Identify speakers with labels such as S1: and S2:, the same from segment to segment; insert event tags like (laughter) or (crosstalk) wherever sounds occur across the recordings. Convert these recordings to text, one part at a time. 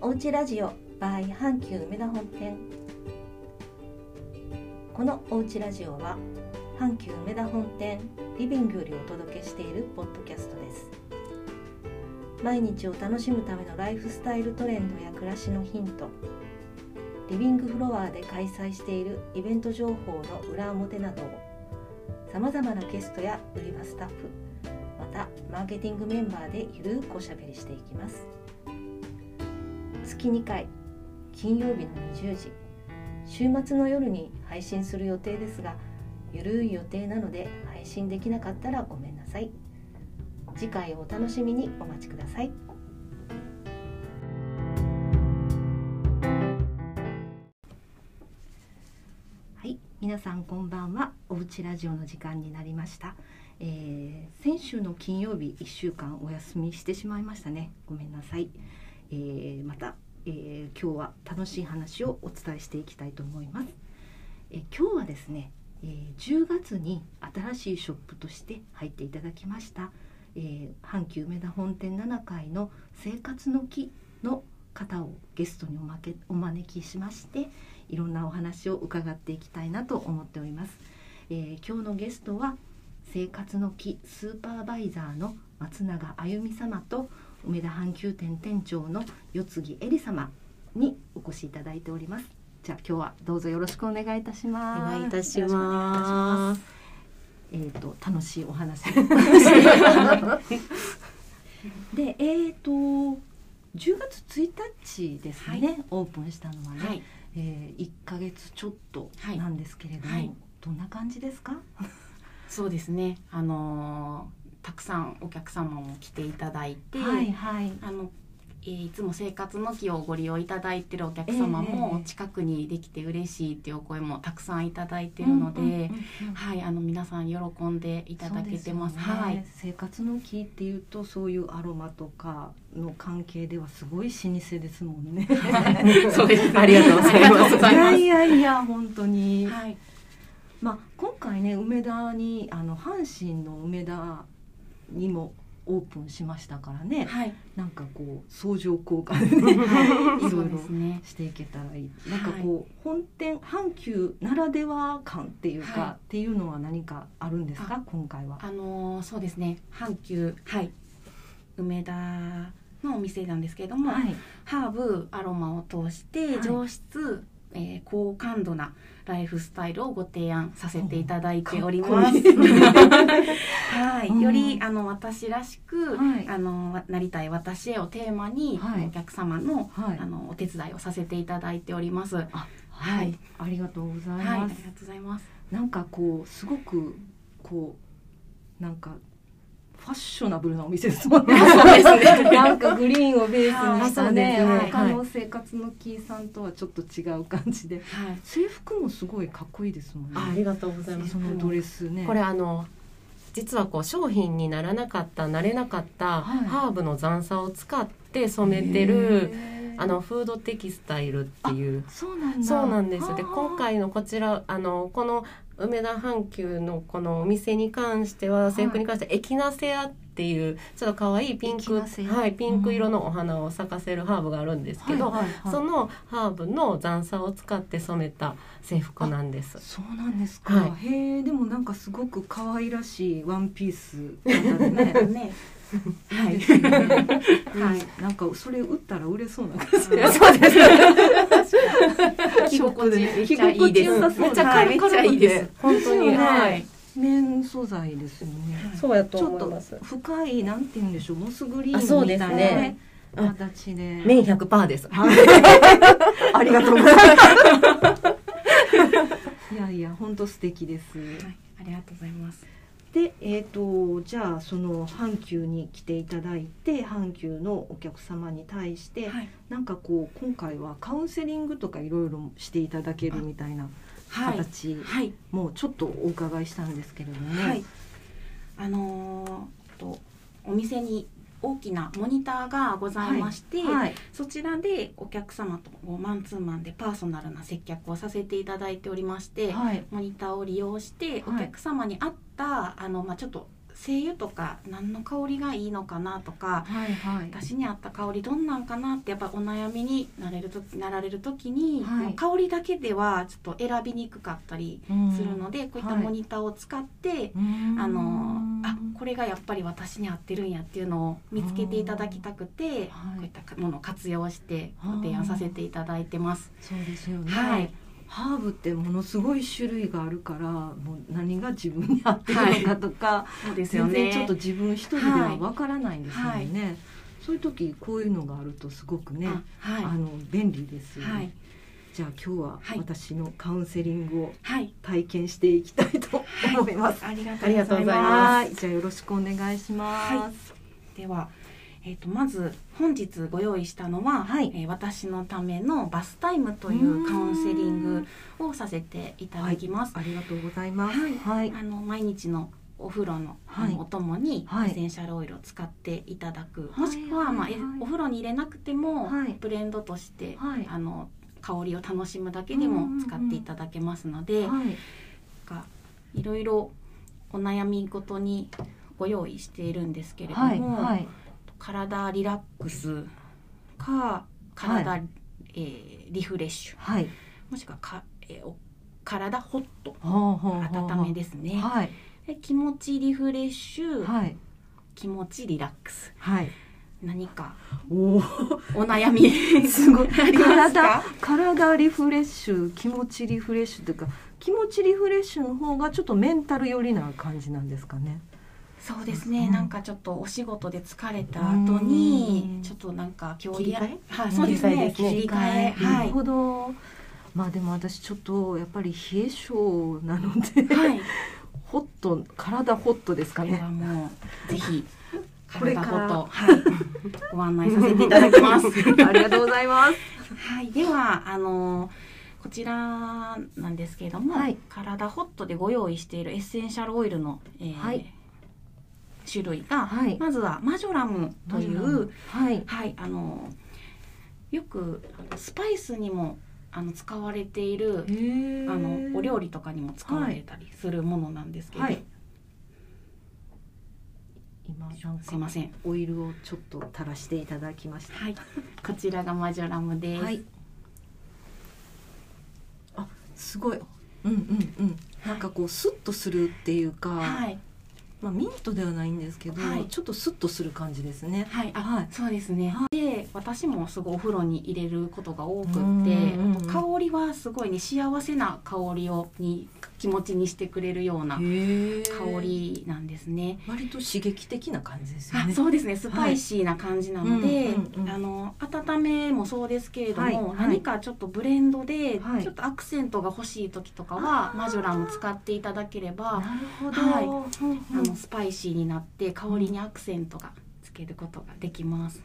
S1: おうちラジオ by 阪急梅田本店このおうちラジオは阪急梅田本店リビングよりお届けしているポッドキャストです毎日を楽しむためのライフスタイルトレンドや暮らしのヒントリビングフロアで開催しているイベント情報の裏表などをさまざまなゲストや売り場スタッフまたマーケティングメンバーでゆるーくおしゃべりしていきます月2回金曜日の20時週末の夜に配信する予定ですがゆるい予定なので配信できなかったらごめんなさい次回をお楽しみにお待ちくださいはい皆さんこんばんはおうちラジオの時間になりました、えー先週の金曜日1週間お休みしてしまいましたねごめんなさい、えーまた、えー今日は楽しい話をお伝えしていきたいと思います、えー今日はですね、えー10月に新しいショップとして入っていただきました、えー阪急梅田本店7階の生活の木の方をゲストにおまけお招きしましていろんなお話を伺っていきたいなと思っております、えー今日のゲストは生活の木スーパーバイザーの松永あゆみ様と梅田阪急店店長の四木えり様にお越しいただいておりますじゃあ今日はどうぞよろしくお願いいたし
S2: お
S1: ます
S2: 願いいたし
S1: よろくお願いいたし
S2: ます。
S1: えー、と楽しいお話
S2: (laughs)
S1: でえっ、と10月1日ですね、オープンしたのはね、
S2: はい、
S1: えー、1ヶ月ちょっと
S2: はい
S1: なんですけれども、
S2: はい
S1: どんな感じですか、
S2: そうですね。あのーたくさんお客様も来ていただいて、
S1: はい
S2: あの。えーいつも生活の木をご利用いただいてるお客様
S1: えええ
S2: も
S1: え
S2: 近くにできて嬉しいっていうお声もたくさんいただいてるので、
S1: うんうんうんうん
S2: はいあの皆さん喜んでいただけてます
S1: そうでよね
S2: はい
S1: 生活の木っていうとそういうアロマとかの関係ではすごい老舗ですもんね (laughs)
S2: (laughs) そうですね
S3: ありがとうございま
S2: ありが
S3: す
S2: とうございま
S1: いやいやいや本当に、
S2: すはい
S1: まあ、今回ね梅田にあの阪神の梅田にもオープンしましたからね
S2: はい、
S1: なんかこう相乗効果でねいろ
S2: (laughs) そう
S1: い
S2: で
S1: ろ
S2: すね
S1: していけたらいいなんかこう、本店阪急ならでは感っていうか、
S2: は
S1: っ
S2: い
S1: ていうのは何かあるんですか今回は。
S2: あのーそうですね阪急はい梅田のお店なんですけれども、
S1: い、
S2: ハーブアロマを通して
S1: はい
S2: 上質、えー高感度なライフスタイルをご提案させていただいております。
S1: かっこいい
S2: (laughs) はい、
S1: うん
S2: よりあの私らしく、
S1: はい
S2: あのわなりたい私へをテーマに、
S1: はい
S2: お客様の
S1: はい
S2: あのお手伝いをさせていただいております。はい、
S1: は
S2: はいい、
S1: ありがとうござい
S2: ありが
S1: ま
S2: と
S1: す。
S2: うございます。
S1: なんかこうすごくこうなんかファッショナブルなお店ですもんね。
S2: そうです
S1: (laughs)
S2: ね
S1: なんかグリーンをベースにしたね、
S2: はい
S1: 他
S3: はい
S1: の生活のキーさんとはちょっと違う感じで、
S2: はい、
S1: 制服もすごいかっこいいですもんね。
S3: ありがとうございます。
S1: そのドレスね。
S3: これあの実はこう商品にならなかったなれなかった
S1: はい
S3: ハーブの残差を使って染めてる
S1: へー
S3: あのフードテキスタイルっていう
S1: そうなんだ。
S3: そうなんです
S1: は
S3: よ。
S1: あ
S3: で今回のこちらあのこの梅田阪急のこのお店に関して
S1: い
S3: は制服に関してはエキナセアっていうちょっと可愛いピン
S1: エキ
S3: ク
S1: ナセア
S3: はいピンク色のお花を咲かせるハーブがあるんですけ
S1: は
S3: ど、
S1: いはいはい
S3: そのハーブの残差を使って染めた制服なんです。
S1: そうなんですか。
S3: は
S1: へえでもなんかすごく可愛らしいワンピース型でね。
S3: (laughs)
S1: (laughs)
S2: ね、はい、
S1: ですよね
S2: はい、
S1: なんかそれ打ったら売れそうな感じ。
S3: そうです。
S2: 着心地めっちゃい
S1: 着心地
S2: いで
S1: 良
S2: す。
S1: さそう
S2: めっちゃ軽
S1: はい
S2: めっちゃいいです。
S3: 本当に、
S1: ですよね
S3: はい。
S1: 綿素材ですよね。
S3: そうやと
S1: ちょっと。深いなんて言うんでしょうモスグリーン
S3: あそう
S1: み
S3: です
S1: た
S3: ね
S1: いなね
S3: あ
S1: 形で。
S3: 麺100パーです。 (laughs)
S1: はいありがとうございます。いやいや本当素敵です。
S2: はい、ありがとうございます。
S1: でえっ、とじゃあその阪急に来ていただいて阪急のお客様に対して、
S2: はい、
S1: なんかこう今回はカウンセリングとかいろいろしていただけるみたいな
S2: はい、
S1: 形、
S2: はい。
S1: もうちょっとお伺いしたんですけれどもね。
S2: はい、あのーとお店に大きなモニターがございまして、
S1: はい
S2: そちらでお客様とこうマンツーマンでパーソナルな接客をさせていただいておりまして、
S1: はい
S2: モニターを利用して
S1: は
S2: お
S1: い
S2: 客様に合った、あのまあ、ちょっと精油とか何の香りがいいのかなとか
S1: はいはい
S2: 私に合った香りどんなんかなってやっぱお悩みになれるとなられる時に、
S1: はい
S2: もう香りだけではちょっと選びにくかったりするので、こういった
S1: はい
S2: モニターを使って、
S1: うん
S2: あのあこれがやっぱり私に合ってるんやっていうのを見つけていただきたくて、
S1: はい
S2: こういったものを活用してご提案させていただいてます。
S1: そうですよね、
S2: はい、
S1: ハーブってものすごい種類があるからもう何が自分に合ってるのかとか、
S2: そうですよ
S1: 全然
S2: ね。
S1: ちょっと自分一人ではわからないんですよね、
S2: はい
S1: そういう時こういうのがあるとすごくね、
S2: あは
S1: あの便利です
S2: い、
S1: よね、
S2: はい、
S1: じゃあ今日は
S2: はい
S1: 私のカウンセリングを
S2: はい、
S1: 体験していきたいと思います、
S2: ありが
S3: ありがと
S2: と
S3: う
S2: うござ
S3: ござい
S2: い
S3: ま
S2: ま
S1: はい
S2: すす。
S1: じゃあよろしくお願いします
S2: では、えー、とまず本日ご用意したのは、
S1: はい
S2: えー私のためのバスタイムというカウンセリングをさせていただきます。
S1: ありがとうございます
S2: はい
S1: はい
S2: あの毎日のお風呂の,、
S1: はい
S2: あのお供に
S1: はい
S2: エッセンシャルオイルを使っていただく、
S1: はい
S2: もしくは、
S1: はい
S2: まあ
S1: はい
S2: えお風呂に入れなくても、
S1: はい
S2: ブレンドとして、
S1: はい
S2: あの香りを楽しむだけで
S1: うんうんう
S2: も
S1: ん
S2: 使っていただけますので、
S1: はい
S2: がいろいろお悩みごとにご用意しているんですけれども、
S1: はいはい
S2: 体リラックスか体、
S1: は
S2: えーリフレッシュ
S1: はい
S2: もしくはか、えーお体ホット
S1: ほうほうほうほう
S2: 温めですね。
S1: はい
S2: で気持ちリフレッシュ、
S1: はい
S2: 気持ちリラックス
S1: はい
S2: 何か
S1: おお
S2: お悩み
S1: すごい
S2: あります
S1: 体
S2: か
S1: 体リフレッシュ気持ちリフレッシュというか気持ちリフレッシュの方がちょっとメンタル寄りな感じなんですかね。
S2: そうですね、
S1: うん
S2: なんかちょっとお仕事で疲れた後に、
S1: うん
S2: ちょっとなんか今
S3: 切
S2: 日
S3: り替え
S2: はいそうですね
S3: 切り替え
S2: 切
S3: ですね
S2: り替え
S1: な
S2: は
S1: る
S2: い、
S1: ほど。まあでも私ちょっとやっぱり冷え性なので、 (laughs)
S2: はい、
S1: ホット体ホットですか
S2: これ
S1: ね
S2: は。もうぜひ
S1: これ
S2: 体
S1: から
S2: ごと、はい、ご案内させていただきます。
S1: ありがとうございます。
S2: はい、ではあのこちらなんですけれども、
S1: はい
S2: 体ホットでご用意しているエッセンシャルオイルの、えー
S1: はい
S2: 種類が、
S1: はい
S2: まずはマジョラム (laughs) とい
S1: マジョラ
S2: う、
S1: はい
S2: はい、あのよくあのスパイスにもあの使われているあのお料理とかにも使われたりするものなんですけど、
S1: はい今なん
S2: すいま
S1: か
S2: せん、
S1: オイルをちょっと垂らしていただきまし (laughs)
S2: はい、こちらがマジョラムで
S1: た。
S2: す。
S1: はい。あすごい。うんうんうん。なんかこうスッとするっていうか、
S2: はい
S1: まあミントではないんですけど、
S2: はい
S1: ちょっとスッとする感じですね。
S2: はい、あ、
S1: はい
S2: そうですね。で、私もすごいお風呂に入れることが多くって、
S1: うんうんうん
S2: あと香りはすごいね、幸せな香りをに気持ちにしてくれるような
S1: へえ
S2: 香。りなんですね。
S1: 割と刺激的な感じですよ
S2: あ
S1: ね。
S2: そうですねスパイシーな感じなので、
S1: うんうんうん
S2: あの温めもそうですけれども、
S1: はいはい
S2: 何かちょっとブレンドで、
S1: はい
S2: ちょっとアクセントが欲しい時とかは
S1: あー
S2: マジョラム使っていただければ
S1: なるほど。
S2: はい
S1: うんうん
S2: あのスパイシーになって香りにアクセントがつけることができます。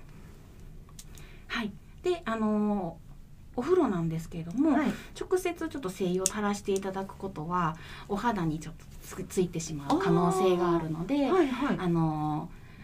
S2: はい、であのーお風呂なんですけれども、
S1: はい
S2: 直接ちょっと精油を垂らしていただくことはお肌にちょっとつついてしまう可能性があるのであ、
S1: はいはい。
S2: のー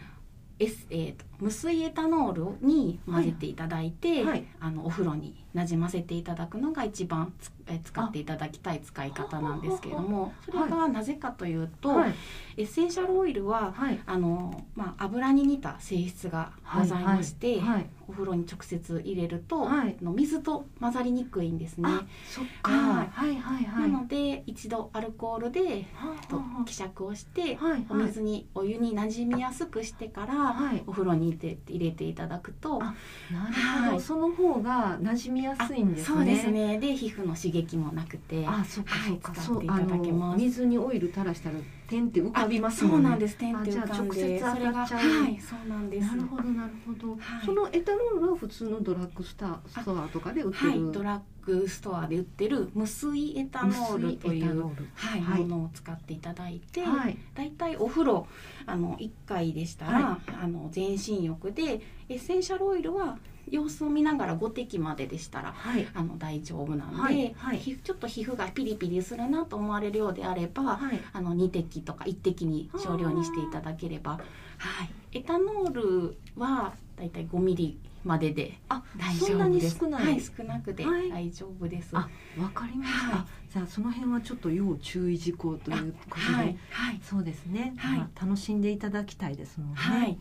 S2: エスえーと無水エタノールに混ぜていただいて、
S1: はいはい
S2: あのお風呂になじませていただくのが一番つえ使っていただきたい使い方なんですけれどもそれがなぜかというと、
S1: はい
S2: エッセンシャルオイルは
S1: はい
S2: あの、まあ、油に似た性質がございまし
S1: は
S2: て、
S1: いはい
S2: お風呂に直接入れると、
S1: はい
S2: あの水と混ざりにくいんですね。
S1: あそっか。
S2: はい
S1: はいはいは。
S2: ないので一度アルコールで
S1: は
S2: ちょっと希釈をして、
S1: あはあはい
S2: お水にお湯になじみやすくしてから、
S1: はい
S2: お風呂に入れて入れていただくと
S1: あなるほど、
S2: はい
S1: その方が馴染みやすいんですね。
S2: そうです。ねで皮膚の刺激もなくて
S1: あ、そっかそっか。
S2: はい
S1: そ
S2: 使
S1: う
S2: ってい
S1: あ
S2: ただけま
S1: の
S2: す
S1: 水にオイル垂らしたら点って浮かびます
S2: そ
S1: も
S2: うん
S1: ね。
S2: なんです点っていう
S1: あじゃあ
S2: 感じで
S1: 直接
S2: それが
S1: 当たっちゃう
S2: はいそうなんです
S1: なるほどなるほど、
S2: はい
S1: そのエタノールは普通のドラッグスタストアとかで売ってる、
S2: はいドラッグストアで売ってる無水エタノールと
S1: 無水
S2: い
S1: エタ
S2: う
S1: ノール
S2: はい、
S1: はい
S2: ものを使っていただいて、
S1: はい
S2: だいたいお風呂あの1回でしたら、
S1: は
S2: あの全身浴でエッセンシャルオイルは様子を見ながら5滴まででしたら
S1: はい
S2: あの大丈夫なんで、
S1: はいはい
S2: 皮膚ちょっと皮膚がピリピリするなと思われるようであれば、
S1: はい
S2: あの2滴とか1滴に少量にしていただければ、はい、エタノールはだいたい5ミリまでで
S1: あ
S2: 大
S1: そん
S2: 丈
S1: な
S2: 夫
S1: に
S2: です。
S1: 少ない
S2: はい、少なくて
S1: はい
S2: 大丈夫です。
S1: あわかりました、
S2: はい
S1: じゃあその辺はちょっと要注意事項ということで、
S2: はい、はい、
S1: そうですね、
S2: はい
S1: まあ楽しんでいただきたいですもんね
S2: はい、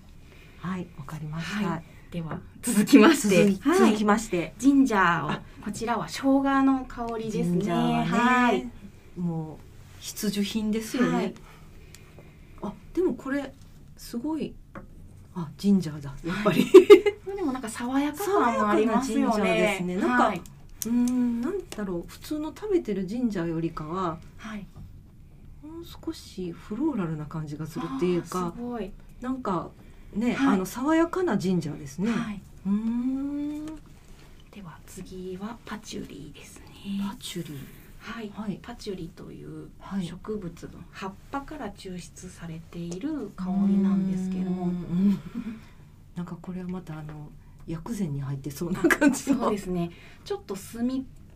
S1: はいわかりました、
S2: はでは続きまし
S1: 続
S2: て、
S1: い
S2: はい
S1: 続きまして、
S2: ジンジャ
S1: あ
S2: ーをこちらは生姜の香りです
S1: 神
S2: ね。
S1: 社はね、
S2: はい、
S1: もう必需品ですよね、
S2: はい
S1: あでもこれすごいあ神社だやっぱり、
S2: これでもなんか爽やか感もありますよ
S1: 爽やかなジンジャーで
S2: ね。
S1: すねなんか
S2: はい、
S1: うーんなんだろう普通の食べてる神社よりかは
S2: はい、
S1: もう少しフローラルな感じがするっていう
S2: あー
S1: か
S2: すごい、
S1: なんかね、
S2: はい
S1: あの爽やかな神社ですね、
S2: はい。
S1: うーん
S2: では次はパチュリーですね。
S1: パチュリ
S2: はい
S1: ー、はい
S2: パチュリという
S1: はい
S2: 植物の葉っぱから抽出されている香りなんですけれど
S1: うー
S2: も、
S1: んなんかこれはまたあの薬膳に入ってそうな感じの
S2: そうですね。ちょっと炭っ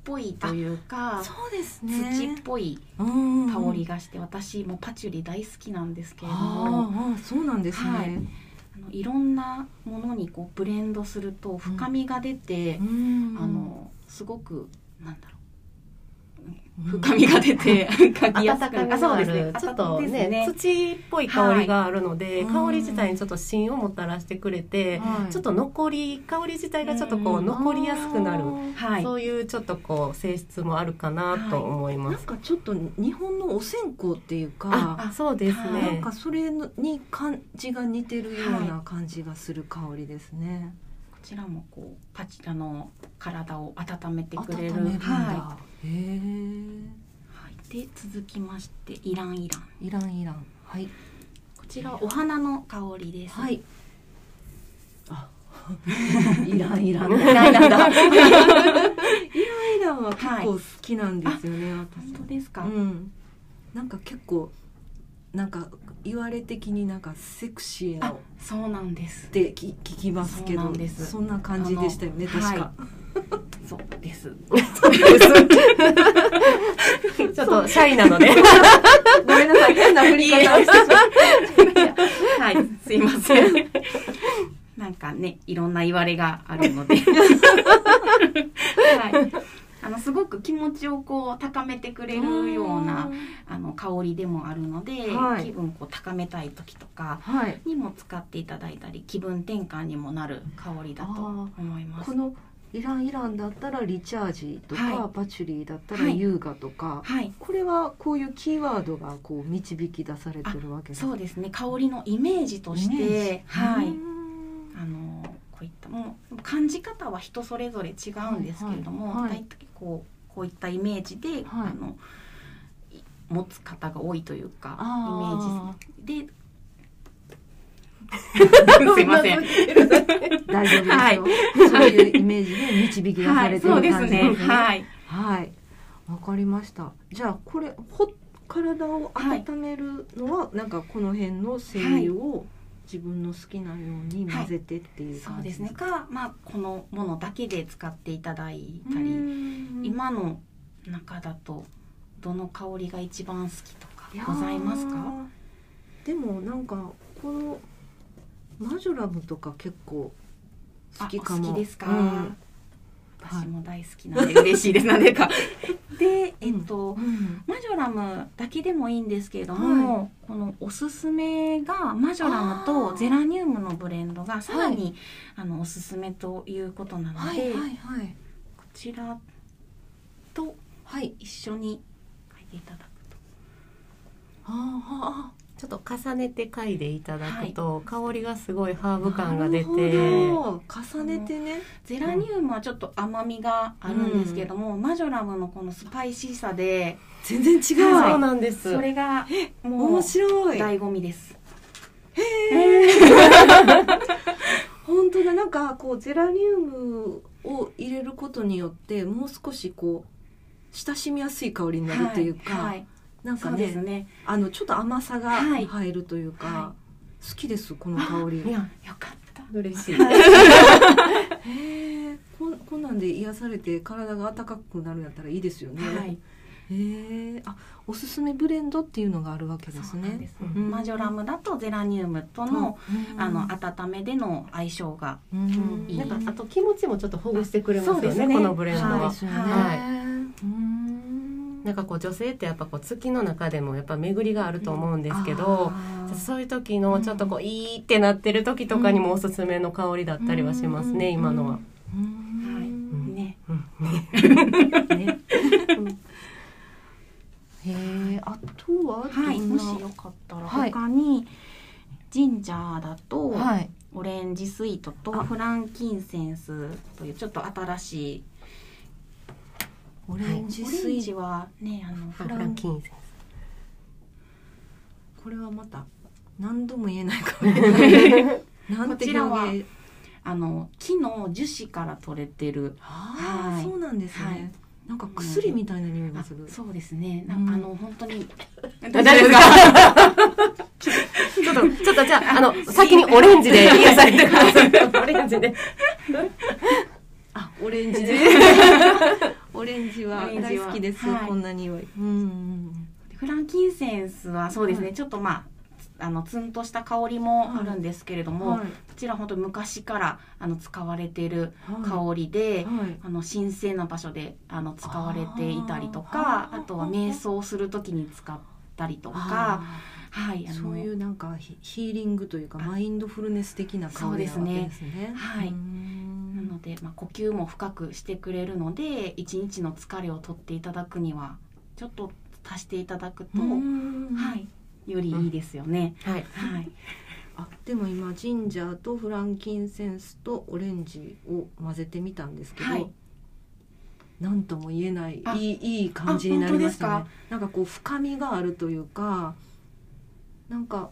S2: ぽいというか、
S1: そうですね
S2: 土っぽい香
S1: 香
S2: りがして、私もパチュリ大好きなんですけれども、
S1: ああそうなんですね、
S2: はいあのいろんなものにこうブレンドすると深みが出て
S1: う、ん
S2: あのすごくなんだろ
S1: うん
S2: う深みが出て、嗅ぎや
S3: 温
S2: す
S3: か
S2: くなる。
S3: みが
S2: あそう
S3: あ
S2: ですね
S3: る。ちょっとね
S2: 温かいです
S3: 土っぽい香りがあるので、
S1: はい
S3: 香り自体にちょっと芯をもたらしてくれて、
S1: はい
S3: ちょっと残り香り自体がちょっとこ
S2: う
S3: うん残りやすくなる、
S2: はい。
S3: そういうちょっとこう性質もあるかなと思い
S1: な
S3: ま
S1: ん
S3: す。
S1: かちょっと日本のお線香っていう
S3: あ
S1: か
S3: あそうです
S2: あ
S1: なん
S3: ね
S1: か。それに感じが似てるような感じがする香りですね、
S2: こちらもこうパチあの体を温めてくれる。
S1: 温めるんだ、
S2: は
S1: へえ
S2: い。はい。で続きましてイランイラン。
S1: イランイランはい
S2: こちらはお花の香りです。。
S1: はいいあイランイランイラン
S3: イランイランだ
S1: イランは結構好きなんですよね、私
S2: 本当ですか。
S1: うん、なんか結構なんか言われ的になんかセクシーな
S2: あ
S1: っ、
S2: そうなんです。
S1: てき聞きますけど
S2: そ
S1: そ
S2: うなん
S1: ん
S2: です
S1: な感じでしたよね
S2: あ
S1: 確
S2: の
S1: か、
S2: そうです。
S3: ちょっとシャイなので。
S1: ごめんなさい変な振り方をしてしまっ
S2: はい。すいません。 (laughs) なんかね、いろんな言われがあるの
S1: (laughs)
S2: で。はい。あのすごく気持ちをこう高めて
S1: (laughs)
S2: くれ
S1: て
S2: るようなあの香りでもあるので、
S1: はい
S2: 気分をこう高めたい時とか
S1: はい
S2: にも使っていただいたり気分転換にもなる香りだと思います
S1: こ。のイランイランだったらリチャージとか、
S2: は
S1: パチュリーだったら
S2: はい
S1: 優雅とか、
S2: はい
S1: これはこういうキーワードがこう導き出されてるわけです
S2: そうですね香りのイメージとし
S1: イメー
S2: ては
S1: う
S2: い
S1: ん
S2: あのこういったもう感じ方は人それぞれ違うんですけれど
S1: は
S2: も、
S1: いはいはい
S2: 大体こうこういったイメージで、あのい持つ方が多いというかイメー
S1: あ
S2: ジ
S1: (laughs)
S2: ですいません。
S1: ー大丈夫ですよ、
S2: はい
S1: そういうイメージで導き出さ
S2: は
S1: れ
S2: い、
S1: てる
S2: そう
S1: 感じ
S2: で
S1: です
S2: す
S1: ね、
S2: ね。はい。
S1: はい、わかりました。じゃあこれほ体を温めるのは、なんかこの辺の精油を自分の好きなように混ぜてっていう
S2: そ
S1: 感じ
S2: うで
S1: ですすか。
S2: ねか、まあ、このものだけで使っていただいた
S1: う
S2: り、
S1: ん
S2: 今の中だとどの香りが一番好きとか
S1: やー
S2: ございますか？
S1: でもなんかこのマジョラムとか結構好きかも。
S2: あお好きですか、
S1: うんはい
S2: 私も大好きなん (laughs) で嬉しいですなんでか。でえっと、
S1: うん
S2: マジョラムだけでもいいんですけれども、このおすすめがマジョラムとゼラニウムのブレンドがさらに、あのおすすめということなの
S1: はい
S2: で、
S1: はいはい
S2: こちらと
S1: はい。
S2: 一緒に書いていただくと
S1: あ
S3: ちょっと重ねて嗅いでいただくと、香りがすごいハー
S1: ー
S3: ブ感が出て、
S1: なるほど重ねてね。
S2: ゼラニウムはちょっと甘みがあるんですけども、マジョラムのこのスパイシーさで
S1: 全然違う。
S2: はい
S3: そうなんです。
S2: それがもう
S1: 面白い。
S2: 醍醐味です。
S1: 本当だなんかこうゼラニウムを入れることによってもう少しこう親しみやすい香りになるというか、
S2: はいはい
S1: なんか
S2: そうで
S1: ね
S2: すね。
S1: あのちょっと甘さが
S2: はい
S1: 入るというか、
S2: は
S1: 好きですこの香り
S3: いや
S2: よかった。
S3: 嬉しい。 (laughs)
S1: へえこんこんなんで癒されて体が温かくなるんやったらいいですよね、
S2: はい。
S1: へえ。あ、おすすめブレンドっていうのがあるわけです
S2: そうなん
S1: ね
S2: です。
S1: うん
S2: マジョラムだとゼラニウムとの、あの温めでの相性が
S1: うん
S2: いい
S3: なんかあと気持ちもちょっとほぐしてくれますよ
S2: そうです
S3: ね
S2: ね
S3: このブレンド
S1: そう
S3: は
S1: で。すよね。
S2: はい
S1: うん
S3: なんかこう女性ってやっぱこう月の中でもやっぱ巡りがあると思うんですけど、
S1: あー
S3: そういう時のちょっとこういいってなってる時とかにもおすすめの香りだったりはしますね、
S1: うん
S3: 今のは。
S1: うん
S2: ね、
S1: ね。へえ。あとはどんな
S2: はい、もしよかったら
S1: はい
S2: 他に、ジンジャーだと、
S1: はい。
S2: オレンジスイートと
S1: あ
S2: フランキンセンスというちょっと新しい
S1: オレンジ
S2: オ
S1: ス
S2: レン
S1: イ
S2: ジ
S1: ー
S2: はねあの
S3: フ
S2: フラ
S3: ラン
S2: ン
S3: キンセン
S1: ト。これはまた何度も言えないかもしれない。なんて表現。
S2: あの木の樹脂から取れてる
S1: あ
S2: は
S1: あ、
S2: い
S1: そうなんですね。
S2: はい
S1: なんか薬みたいな匂いがする。
S2: そうですね
S1: う
S2: なんんかあの本当に
S3: ス。ちょっとちょっとじゃああの先にオレンジで癒されてください。 (laughs) オレンジで。
S1: あ、オレンジで。オレンジは
S2: オレン
S1: 大
S2: ジは
S1: 好きです。
S2: はい
S1: こんな匂い。うんうん
S2: フランキンセンスはそうですね、
S1: は
S2: ちょっとまああのツンとした香りもあるんですけれど
S1: うん。
S2: も、
S1: はい
S2: こ。ちら本当昔からあの使われている
S1: は
S2: 香りで、
S1: い。はい。
S2: あの神聖な場所であの使われていたりと
S1: あ
S2: かあ
S1: ー
S2: とは瞑想する時に使ったりとかはいあの
S1: そういうなんかヒヒーリングというかマインドフルネス的な香りなわけですね。
S2: はいう
S1: ー
S2: なんので、まあ、呼吸も深くしてくれるので一日の疲れを取っていただくにはちょっと足していただくと、
S1: うん
S2: はい、よりいいですよね。
S3: はい。
S2: はい、
S1: あでも今ジンジャーとフランキンセンスとオレンジを混ぜてみたんですけど、
S2: はい
S1: なんとも言えない
S2: あ
S1: いいいい感じになりました
S2: あ
S1: ね
S2: 本当
S1: なんかこう深みがあるというかなんか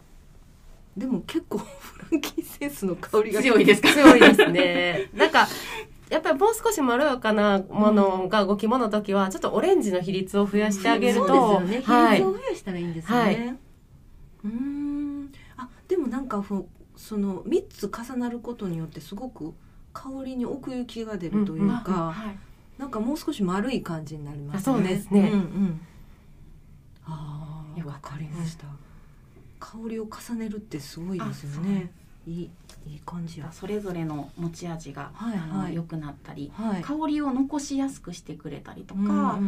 S1: でも結構 (laughs) フランキンセンスの香りが
S2: 強いですか
S3: 強いですね。なんか、やっぱりもう少しまろやかなものがご希望の時は、ちょっとオレンジの比率を増やしてあげると、
S1: そうですよね。
S3: は
S1: 比
S3: い
S1: 率を。増やしたらいいんですよね。
S3: はいう
S1: ーん。あ、でもなんかふその三つ重なることによってすごく香りに奥行きが出るというか、
S2: まあはい、
S1: なんかもう少し丸い感じになりますね。
S3: あそうですね
S1: うんうん。あ
S2: よ
S1: あ、
S2: か
S1: わ
S2: った
S1: かりました。香りを重ねるってすごいですよね。いいいい感じや。
S2: それぞれの持ち味が、
S1: はいはい
S2: あの良くなったり、
S1: はい。
S2: 香りを残しやすくしてくれたりとか、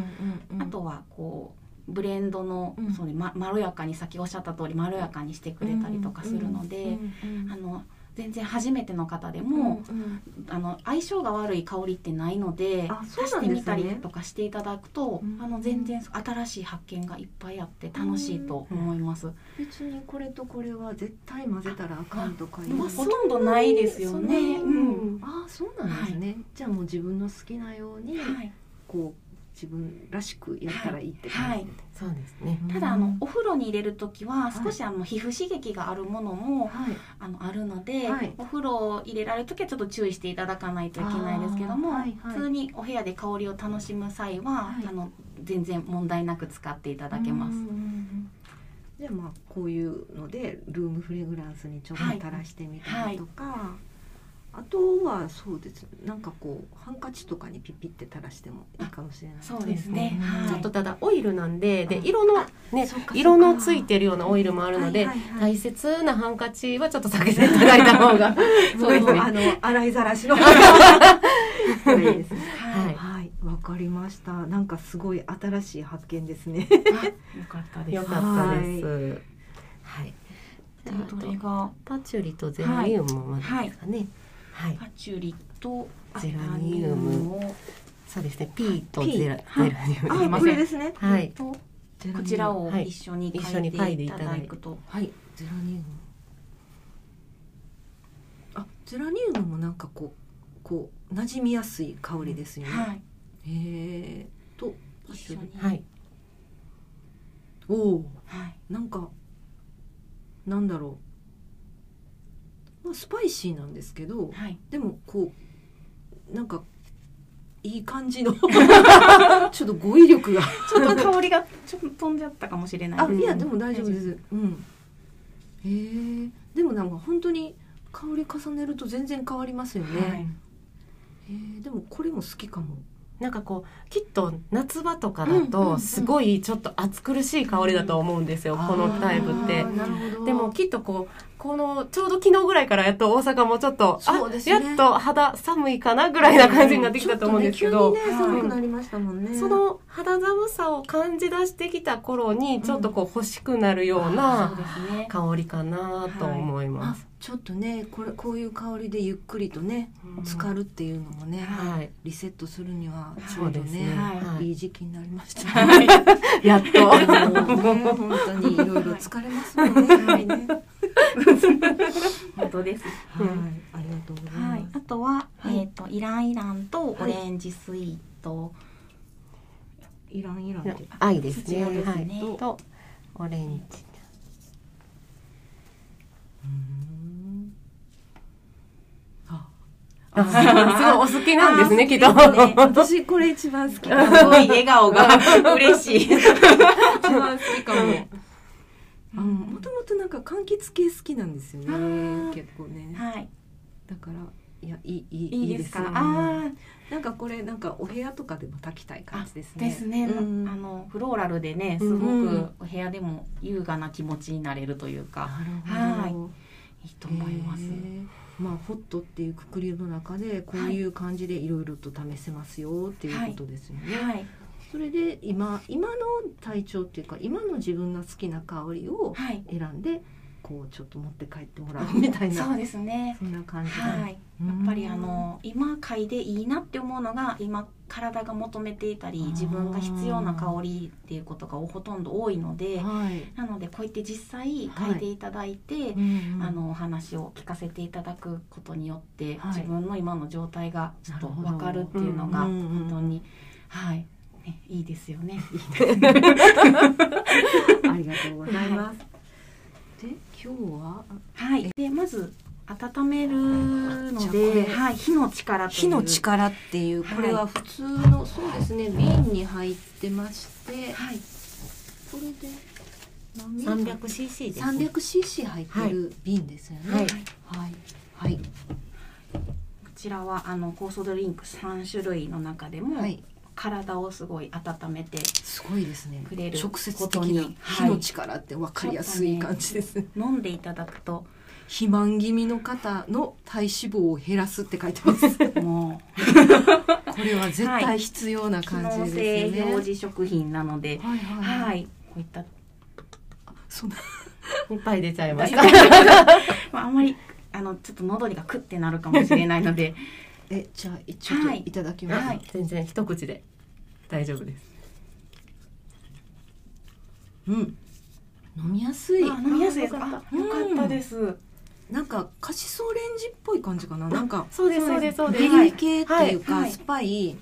S2: あとはこうブレンドの、
S1: うん
S2: そうねままろやかに先おっしゃった通りまろやかにしてくれたりとかするので、あの全然初めての方でも、
S1: うんうん
S2: あの相性が悪い香りってないので
S1: あそう
S2: 足
S1: な
S2: し
S1: んです
S2: て
S1: ね
S2: みたりとかしていただくと、
S1: うん
S2: あの全然新しい発見がいっぱいあって楽しいと思います。
S1: 別にこれとこれは絶対混ぜたらあかんとか
S2: まあ
S1: ます
S2: ほとんどないですよ
S1: そんなに
S2: ね。
S3: うん
S1: ああそうなんですね、じゃあもう自分の好きなように、
S2: はい
S1: こう自分らしくやったらいいって
S2: は
S1: 感じ
S2: い
S1: で、
S3: そうですね。
S2: ただあの
S1: は
S2: お風呂に入れる時はい少しあの皮膚刺激があるものも、
S1: い、
S2: あのあるので、
S1: はい
S2: お風呂を入れられる時はちょっと注意していただかないといけないですけども、
S1: あーはいはい
S2: 普通にお部屋で香りを楽しむ際は、
S1: はい
S2: あの全然問題なく使っていただけま
S1: う
S2: す。
S1: んうんうんじゃあまあこういうのでルームフレグランスにちょっと垂らしてみたりとか、あとはそうですなんかこうハンカチとかにピピって垂らしてもいいかもし
S2: (laughs)
S1: れない
S2: そうですね。
S1: うん
S2: はい、
S3: ちょっとただオイルなんで、で、色の、ね
S1: そうかそうか、
S3: 色のついてるようなオイルもあるので、
S1: はいはいはい
S3: 大切なハンカチはちょっと避けていただいた方が。そうですね
S1: あの洗いざらし
S2: (laughs)
S1: の (laughs) そうですね
S2: はい。
S1: はい、わかりました。なんかすごい新しい発見です (laughs) ね。
S2: あよかったです。
S3: よかったです。はい。じゃあ
S2: でどれが
S3: パチュリとゼラニウムもまずですかね。はい。
S2: パチュリと
S3: ゼラニウム
S2: を
S3: そうですね。ピーとゼラ、ゼ
S1: は
S3: ラ
S1: い
S3: ニウム。
S2: い
S1: あ、
S2: ま
S1: こ
S2: せん
S1: れですね。
S3: はい。
S2: とこちらを
S3: はい
S2: 一緒に
S3: 一緒に
S2: 嗅いでいただくと、
S1: はい、ゼラニウム。あ、ゼラニウムもなんかこう、こう馴染みやすい香りですよね。
S2: はい、
S1: へえ。と、パ
S2: 一
S1: シ
S2: 緒
S1: ュ
S2: に
S1: リ。、
S3: はい。
S1: おお、
S2: はい、
S1: なんか。なんだろう。まあ、スパイシーなんですけど、
S2: はい、
S1: でも、こう。なんか。いい感 (laughs) じの。ちょっと語彙力が。
S2: ちょっと香りがちょっと飛んじゃったかもしれない
S1: あ、
S2: です
S1: いや、
S3: うん
S1: でも大丈夫です。うん。へえ、でもなんか本当に香り重ねると全然変わりますよね。
S2: はい
S1: へえ、でもこれも好きかも。
S3: なんかこうきっと夏場とかだとすごいちょっと暑苦しい香りだと思うんですよ、このタイプって
S4: あー。なるほど
S3: でもきっとこうこのちょうど昨日ぐらいからやっと大阪もちょっと、
S1: そう
S3: あ
S1: ですね
S3: やっと肌寒いかなぐらいな感じになってきたと思うんですけど、
S1: ちょっとね、急にね寒くなりましたもんね。
S3: その肌寒さを感じ出してきた頃にちょっとこう欲しくなるよう
S2: そう
S3: な
S2: ですね。
S3: 香りかなと思いま
S1: あ
S3: す。
S1: ちょっとねこれこういう香りでゆっくりとね
S3: うん
S1: 浸かるっていうのもね、 (laughs)
S3: はい、
S1: リセットするにはち
S3: そ
S1: ょ
S3: う
S1: うど
S3: です
S1: ね、
S3: ね。はい
S1: い
S3: い、
S1: 時期になりましたね。
S3: やっと。
S1: も (laughs) うね本当にいろいろ疲れますもんね。はい、
S3: (laughs)
S1: ねはい、
S2: 本当です。
S1: ありがとうござい
S2: は
S1: ま
S2: い
S1: す。。
S2: あとは、
S1: はい
S2: えっ、とイランイランとオレンジスイート
S4: イランイランって
S3: 愛です
S2: 土
S3: ね。
S2: 屋です
S3: はい、
S2: ね。
S3: とオレンジ。
S1: うん
S3: あ、すごいすごいお好きなんですね、きっと。
S1: 私これ一番好きかも。
S2: す (laughs) ごい笑
S1: (laughs)
S2: 顔が嬉しい。
S1: 一番好きかも。あのもともとなんか柑橘系好きなんですよね
S2: あー。
S1: 結構ね。
S2: はい。
S1: だからいやいいいい
S2: いいですか。
S1: よ
S2: ああ、
S1: なんかこれなんかお部屋とかでも炊きたい感じですね。
S2: ですね。
S1: うん
S2: あのフローラルでね、すごくお部屋でも優雅な気持ちになれるというか、
S1: なるほど。
S2: はいいいと思います
S1: へ。ーまあホットっていうくくりの中でこういう感じでいろいろと試せますよっていうことですよね。
S2: はい。
S1: それで今今の体調っていうか今の自分の好きな香りを
S2: はい。
S1: 選んでこうちょっと持って帰って (laughs) もらうみたいな
S2: そうですね。
S1: そんな感じだ
S2: はい。やっぱりあの今嗅いでいいなって思うのが今体が求めていたり自分が必要な香りっていうことがほとんど多いので
S1: はい。
S2: なのでこうやって実際嗅いでいただいて、
S1: うんうん
S2: あのお話を聞かせていただくことによって、
S1: はい
S2: 自分の今の状態がちょっと
S1: なるほど
S2: 分かるっていうのが
S1: うんうんうん
S2: 本当に、はい、ね、いいですよね。
S1: ありがとうございます。で今日は
S2: はい、でまず温める
S1: じゃ
S2: の
S1: あこれ
S2: で、はい、火の力という
S1: 火の力っていう
S2: はい
S1: これは普通のそうですね瓶に入ってまして
S2: はい、
S1: これで
S3: 三
S1: 何
S3: 百 cc です。
S1: 300cc 入ってる瓶ですよね
S3: はい
S1: はいはい
S2: こちらはあの酵素ドリンク3種類の中でも、
S1: はい
S2: 体をすごい温めて
S1: すごいですね
S2: くれる
S1: 直接
S2: こと
S1: 的
S2: に
S1: な火
S2: は
S1: の
S2: い
S1: 力って分かりやすい感じですね
S2: 飲んでいただく
S1: (laughs)
S2: と
S1: 肥満気味の方の体脂肪を減らすって書いてます
S2: (laughs)
S1: こ
S2: もう
S1: れは絶対必要な
S2: 機
S1: 感
S2: 能
S1: じで
S2: 性
S1: すよね
S2: 表示食品なので、
S1: はいはいはい、
S2: はい、こういった (laughs)
S1: そんない
S3: っぱい出ちゃいました。
S2: まあ、あんまりあのちょっと喉にがクってなるかもしれないの
S1: (laughs)
S2: で
S1: えじゃあちょっと
S2: はい
S1: いただきます、
S2: はい
S3: 全然一口で大丈夫です。
S1: うん飲みやすい
S2: あ飲みやすいですか
S3: あ
S2: あ
S3: よか
S2: よかったです、
S1: なんかカシスオレンジっぽい感じかななんか
S3: そうです
S2: そうです
S3: そう
S1: ベリー系っていう
S2: はい
S1: か
S2: はい
S1: スパイ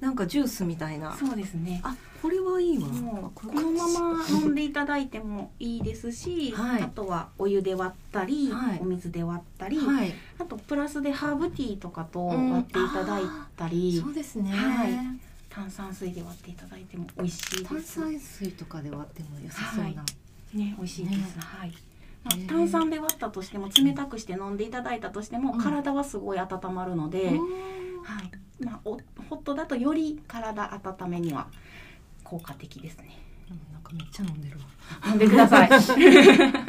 S1: なんかジュースみたいな
S2: そうですね
S1: あこれはいいわ
S2: もう
S1: こ
S2: こ
S1: れ
S2: のまま飲んでいただいてもいいですし、
S1: はい
S2: あとはお湯で割ったり、
S1: はい
S2: お水で割ったり、
S1: はい
S2: あとプラスでハーブティーとかと割っていただいたり、
S1: そうですね
S2: はい炭酸水で割っていただいても美味しい
S1: 炭
S2: です。
S1: 酸水とかで割っても良さそうな
S2: ね、美味しいです。
S1: ね
S2: はい。まあ
S1: へえ
S2: 炭酸で割ったとしても冷たくして飲んでいただいたとしても、
S1: うん
S2: 体はすごい温まるので、
S1: うん
S2: はい。まあおホットだとより体温めには効果的で
S1: (laughs)
S2: すね。
S1: なんかめっちゃ飲んでるわ
S2: 飲んでく
S1: (laughs)
S2: ださい。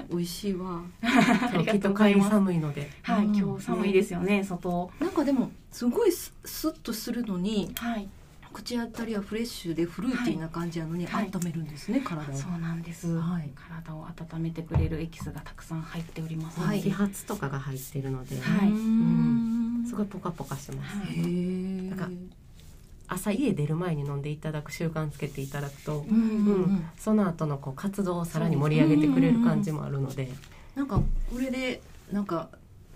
S1: 美味しいわ
S2: ありが
S3: きっ
S2: とう
S3: と
S2: ござ
S3: 帰
S2: い
S3: り
S2: ます。
S3: 寒いので。
S2: はい、
S1: うん
S2: 今日寒いですよね、外。
S1: なんかでもすごいススッとするのに
S2: はい、
S1: 口当たりはフレッシュでフルーティーな感じなのに
S2: はい
S1: 温めるんですね体を
S2: そうなんです。
S1: はい
S2: 体を温めてくれるエキスがたくさん入っておりますので。
S1: はい
S3: 揮発とかが入ってるので、
S2: はいう
S1: ーん
S3: すごいポカポカします。
S2: はい
S1: へえ
S3: なんか朝家出る前に飲んでいただく習慣つけていただくと、
S1: うんうん
S3: う
S1: うんん、
S3: その後のこう活動をさらに盛り上げてくれる感じもあるので、
S1: なんかこれでなんか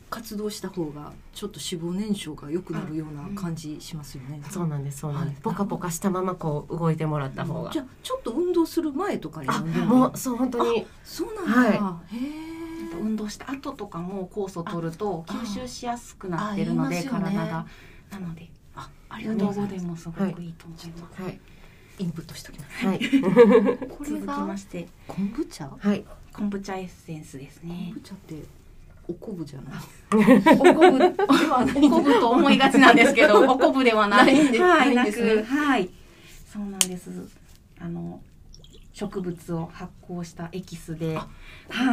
S1: 活動した方がちょっと脂肪燃焼が良くなるような感じしますよね。
S3: そうなんですそうなんです、
S1: はい
S3: ポカポカしたままこう動いてもらった方が、
S1: じゃあちょっと運動する前とかに
S3: あ
S1: 飲んで
S3: も
S1: も
S3: うそう本当に
S1: そうなんだ。
S3: は
S1: へ
S2: あと
S1: え。
S2: 運動した後とかも酵素を取ると
S1: ああ
S2: 吸収しやすくなってるの
S1: あ
S2: で
S1: 言いますよね
S2: 体がなので
S1: あ、ありが
S2: 運
S1: とうご
S2: 動
S1: ざ
S2: 後
S1: い
S2: で
S1: ます。
S2: もすごくいいと思います。
S3: はい
S1: インプットしておきます。
S3: はい
S1: こ
S2: 続きまして
S1: 昆布茶？
S3: はい
S2: 昆布茶エッセンスです
S1: (laughs) 昆
S2: ね
S1: 布。茶っておこぶじゃない。
S2: おこぶ、おこぶと思いがちなんです
S1: (laughs)
S2: けど、おこぶではない。
S1: ないんで
S2: はい、
S1: ないん
S2: な
S1: ですね
S2: く、はい。そうなんです。あの、植物を発酵したエキスで。 (laughs) は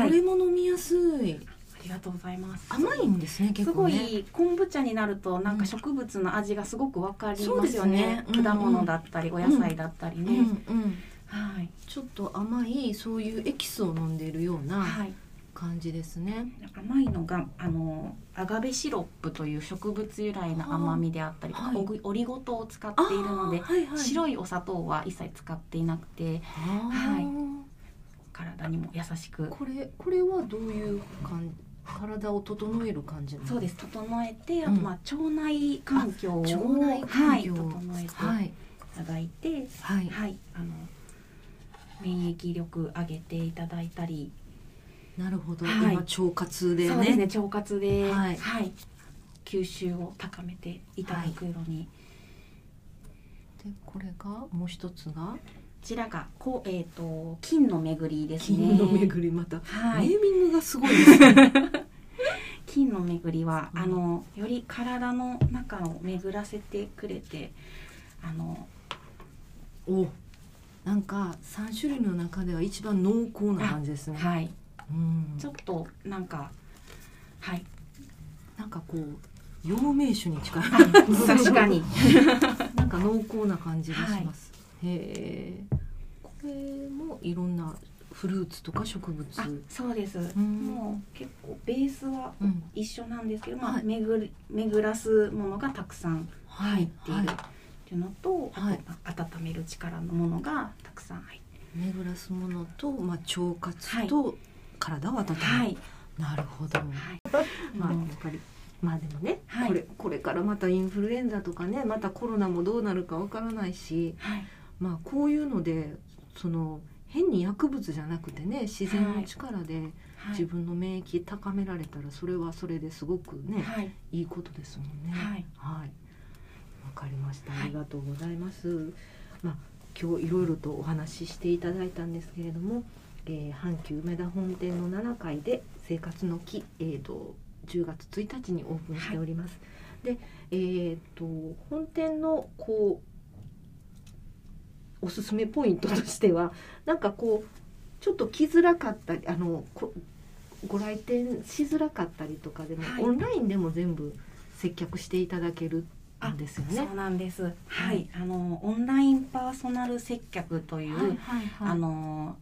S1: こ
S2: い。
S1: れも飲みやすい。
S2: ありがとうございます。
S1: 甘いんですね
S2: す
S1: 結構
S2: ご
S1: ね。
S2: い昆布茶になるとなんか植物の味がすごくわかり
S1: そう
S2: ま
S1: ですす
S2: よ
S1: ね
S2: ね
S1: うんうん
S2: 果物だったりお野菜だったり
S1: う
S2: ね、
S1: んうん。
S2: はい
S1: ちょっと甘いそういうエキスを飲んでるような
S2: はい
S1: 感じですね。
S2: 甘いのがあのアガベシロップという植物由来の甘みであったりとか、
S1: はい
S2: オグオリゴ糖を使っているので
S1: あーはいはい。
S2: 白いお砂糖は一切使っていなくて
S1: あ
S2: はい
S1: ー
S2: 体にも優しく
S1: これこれはどういう感体を整える感じなの
S2: そうです整えて、
S1: うん
S2: まあ、腸内環境を
S1: 腸内
S2: は
S1: 環
S2: い、
S1: 境
S2: 整えて
S1: はいい
S2: ただいて、はい
S1: はい
S2: あの免疫力上げていただいたり、
S1: なるほど、
S2: は
S1: 今
S2: い
S1: 腸活で
S2: そうですね
S1: ね
S2: 腸活で、
S1: はい
S2: 吸収を高めていただくのに、こ
S1: でこれがもう一つが
S2: ちらがこう、えー、と金の巡りですね。
S1: 金の巡りまた、
S2: はい
S1: ネーミングがすごいです (laughs) ね
S2: 金の巡りは、
S1: うん
S2: あのより体の中を巡らせてくれてあの
S1: おなんか三種類の中では一番濃厚な感じですね、
S2: はい
S1: うん
S2: ちょっとなんかはい
S1: なんかこう陽明酒に近い (laughs)
S2: 確かに
S1: なんか濃厚な感じがします、へえこれもいろんなフルーツとか植物
S2: あそうです、
S1: ん
S2: もう結構ベースは
S1: うん
S2: 一緒なんですけど、まあ
S1: はい
S2: 巡り巡らすものがたくさん
S1: はい
S2: 入っているっていうのと、
S1: はい
S2: あと温める力のものがたくさん入って
S1: 巡らすものと、まあ、腸活と体を温める、
S2: はい
S1: なるほど、
S2: はい
S1: まあや
S2: うん
S1: っぱりまあでもね、
S2: はい
S1: これこれからまたインフルエンザとかねまたコロナもどうなるかわからないし
S2: はい
S1: まあこういうのでその変に薬物じゃなくてね自然の力で
S2: はい
S1: 自分の免疫高められたらそれはそれですごくね、
S2: はい
S1: いいことですもんね。
S2: はい
S1: はい。わかりました。
S2: はい
S1: ありがとうございます。まあ今日いろいろとお話ししていただいたんですけれども、えー、阪急梅田本店の7階で生活の木えー、と10月1日にオープンしております。で、えー、と本店のこうおすすめポイントとしては、なんかこうちょっと来づらかったりあのこご来店しづらかったりとかでも、
S2: はい
S1: オンラインでも全部接客していただけるんですよね。
S2: そうなんです。はい、
S1: はい
S2: あのオンラインパーソナル接客という、
S1: はい
S2: あの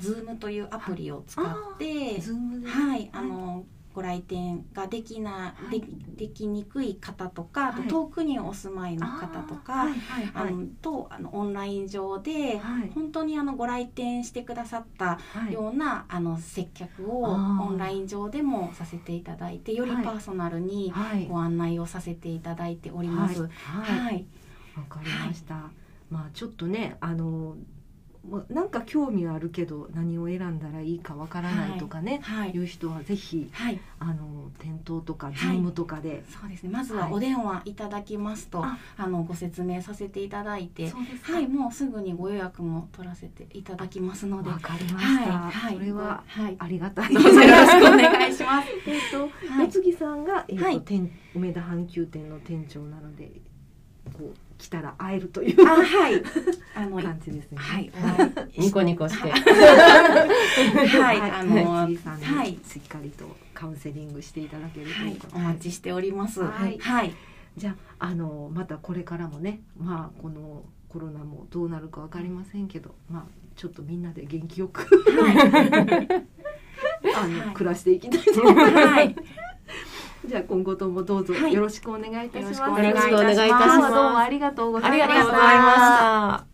S2: Zoom というアプリを使って、はい、
S1: ズームで、
S2: あのご来店ができな、
S1: はい
S2: でできにくい方とか、あと
S1: はい
S2: 遠くにお住まいの
S1: あー
S2: 方とか、
S1: はいはい
S2: あ
S1: はい
S2: のとあのオンライン上で、
S1: はい
S2: 本当にあのご来店してくださった
S1: はい
S2: ような、あの接客を
S1: あー
S2: オンライン上でもさせていただいて、より
S1: はい
S2: パーソナルに
S1: はい
S2: ご案内をさせていただいており
S1: は
S2: ます。
S1: いはい
S2: はい、
S1: わかりました。まあちょっとねあのもうなんか興味はあるけど何を選んだらいいかわからないとかね、
S2: はい
S1: い、う人はぜひ
S2: はい、
S1: あの店頭とか
S2: い
S1: ズームとかで、
S2: そうですね。まず
S1: は
S2: はいお電話いただきますと、
S1: あ
S2: あのご説明させていただいて、
S1: そうですか
S2: はい、もうすぐにご予約も取らせていただきますので、
S1: わかりまし
S2: はい、
S1: た。
S2: はい、
S1: それは
S2: はい、
S1: ありがたい。
S2: どうぞよろしくお願いします。
S1: (laughs) えっと、
S2: はい
S1: お次さんが、えっと
S2: はい
S1: 店梅田阪急店の店長なのでこう来たら会えるという (laughs)
S2: はい、あの、
S1: 感じですね。
S2: はい、
S3: ニコニコして。
S2: はい、あの、
S1: お
S2: は
S1: 次
S2: い、
S1: さん
S2: は
S1: にしっかりとカウンセリングしていただけるという
S2: い
S1: ことで
S2: お待ちしております。
S1: は
S2: はいい、
S1: じゃああのまたこれからもねまあこのコロナもどうなるかわかりませんけどまあちょっとみんなで元気よくあの、
S2: はい
S1: 暮らしていきたいと思います
S2: はい、
S1: (laughs) じゃあ今後ともどうぞ
S2: はい
S1: よろしくお願いいたします、
S2: よろしくお
S3: よ
S2: 願い
S3: ろ
S2: いた
S3: し
S2: します
S3: くお願いいた
S1: 今
S3: し
S1: 日はどうも
S3: ま
S1: ありがとうござ
S3: す。
S1: い
S3: あ
S1: まし
S3: り
S1: た
S3: がとうございました。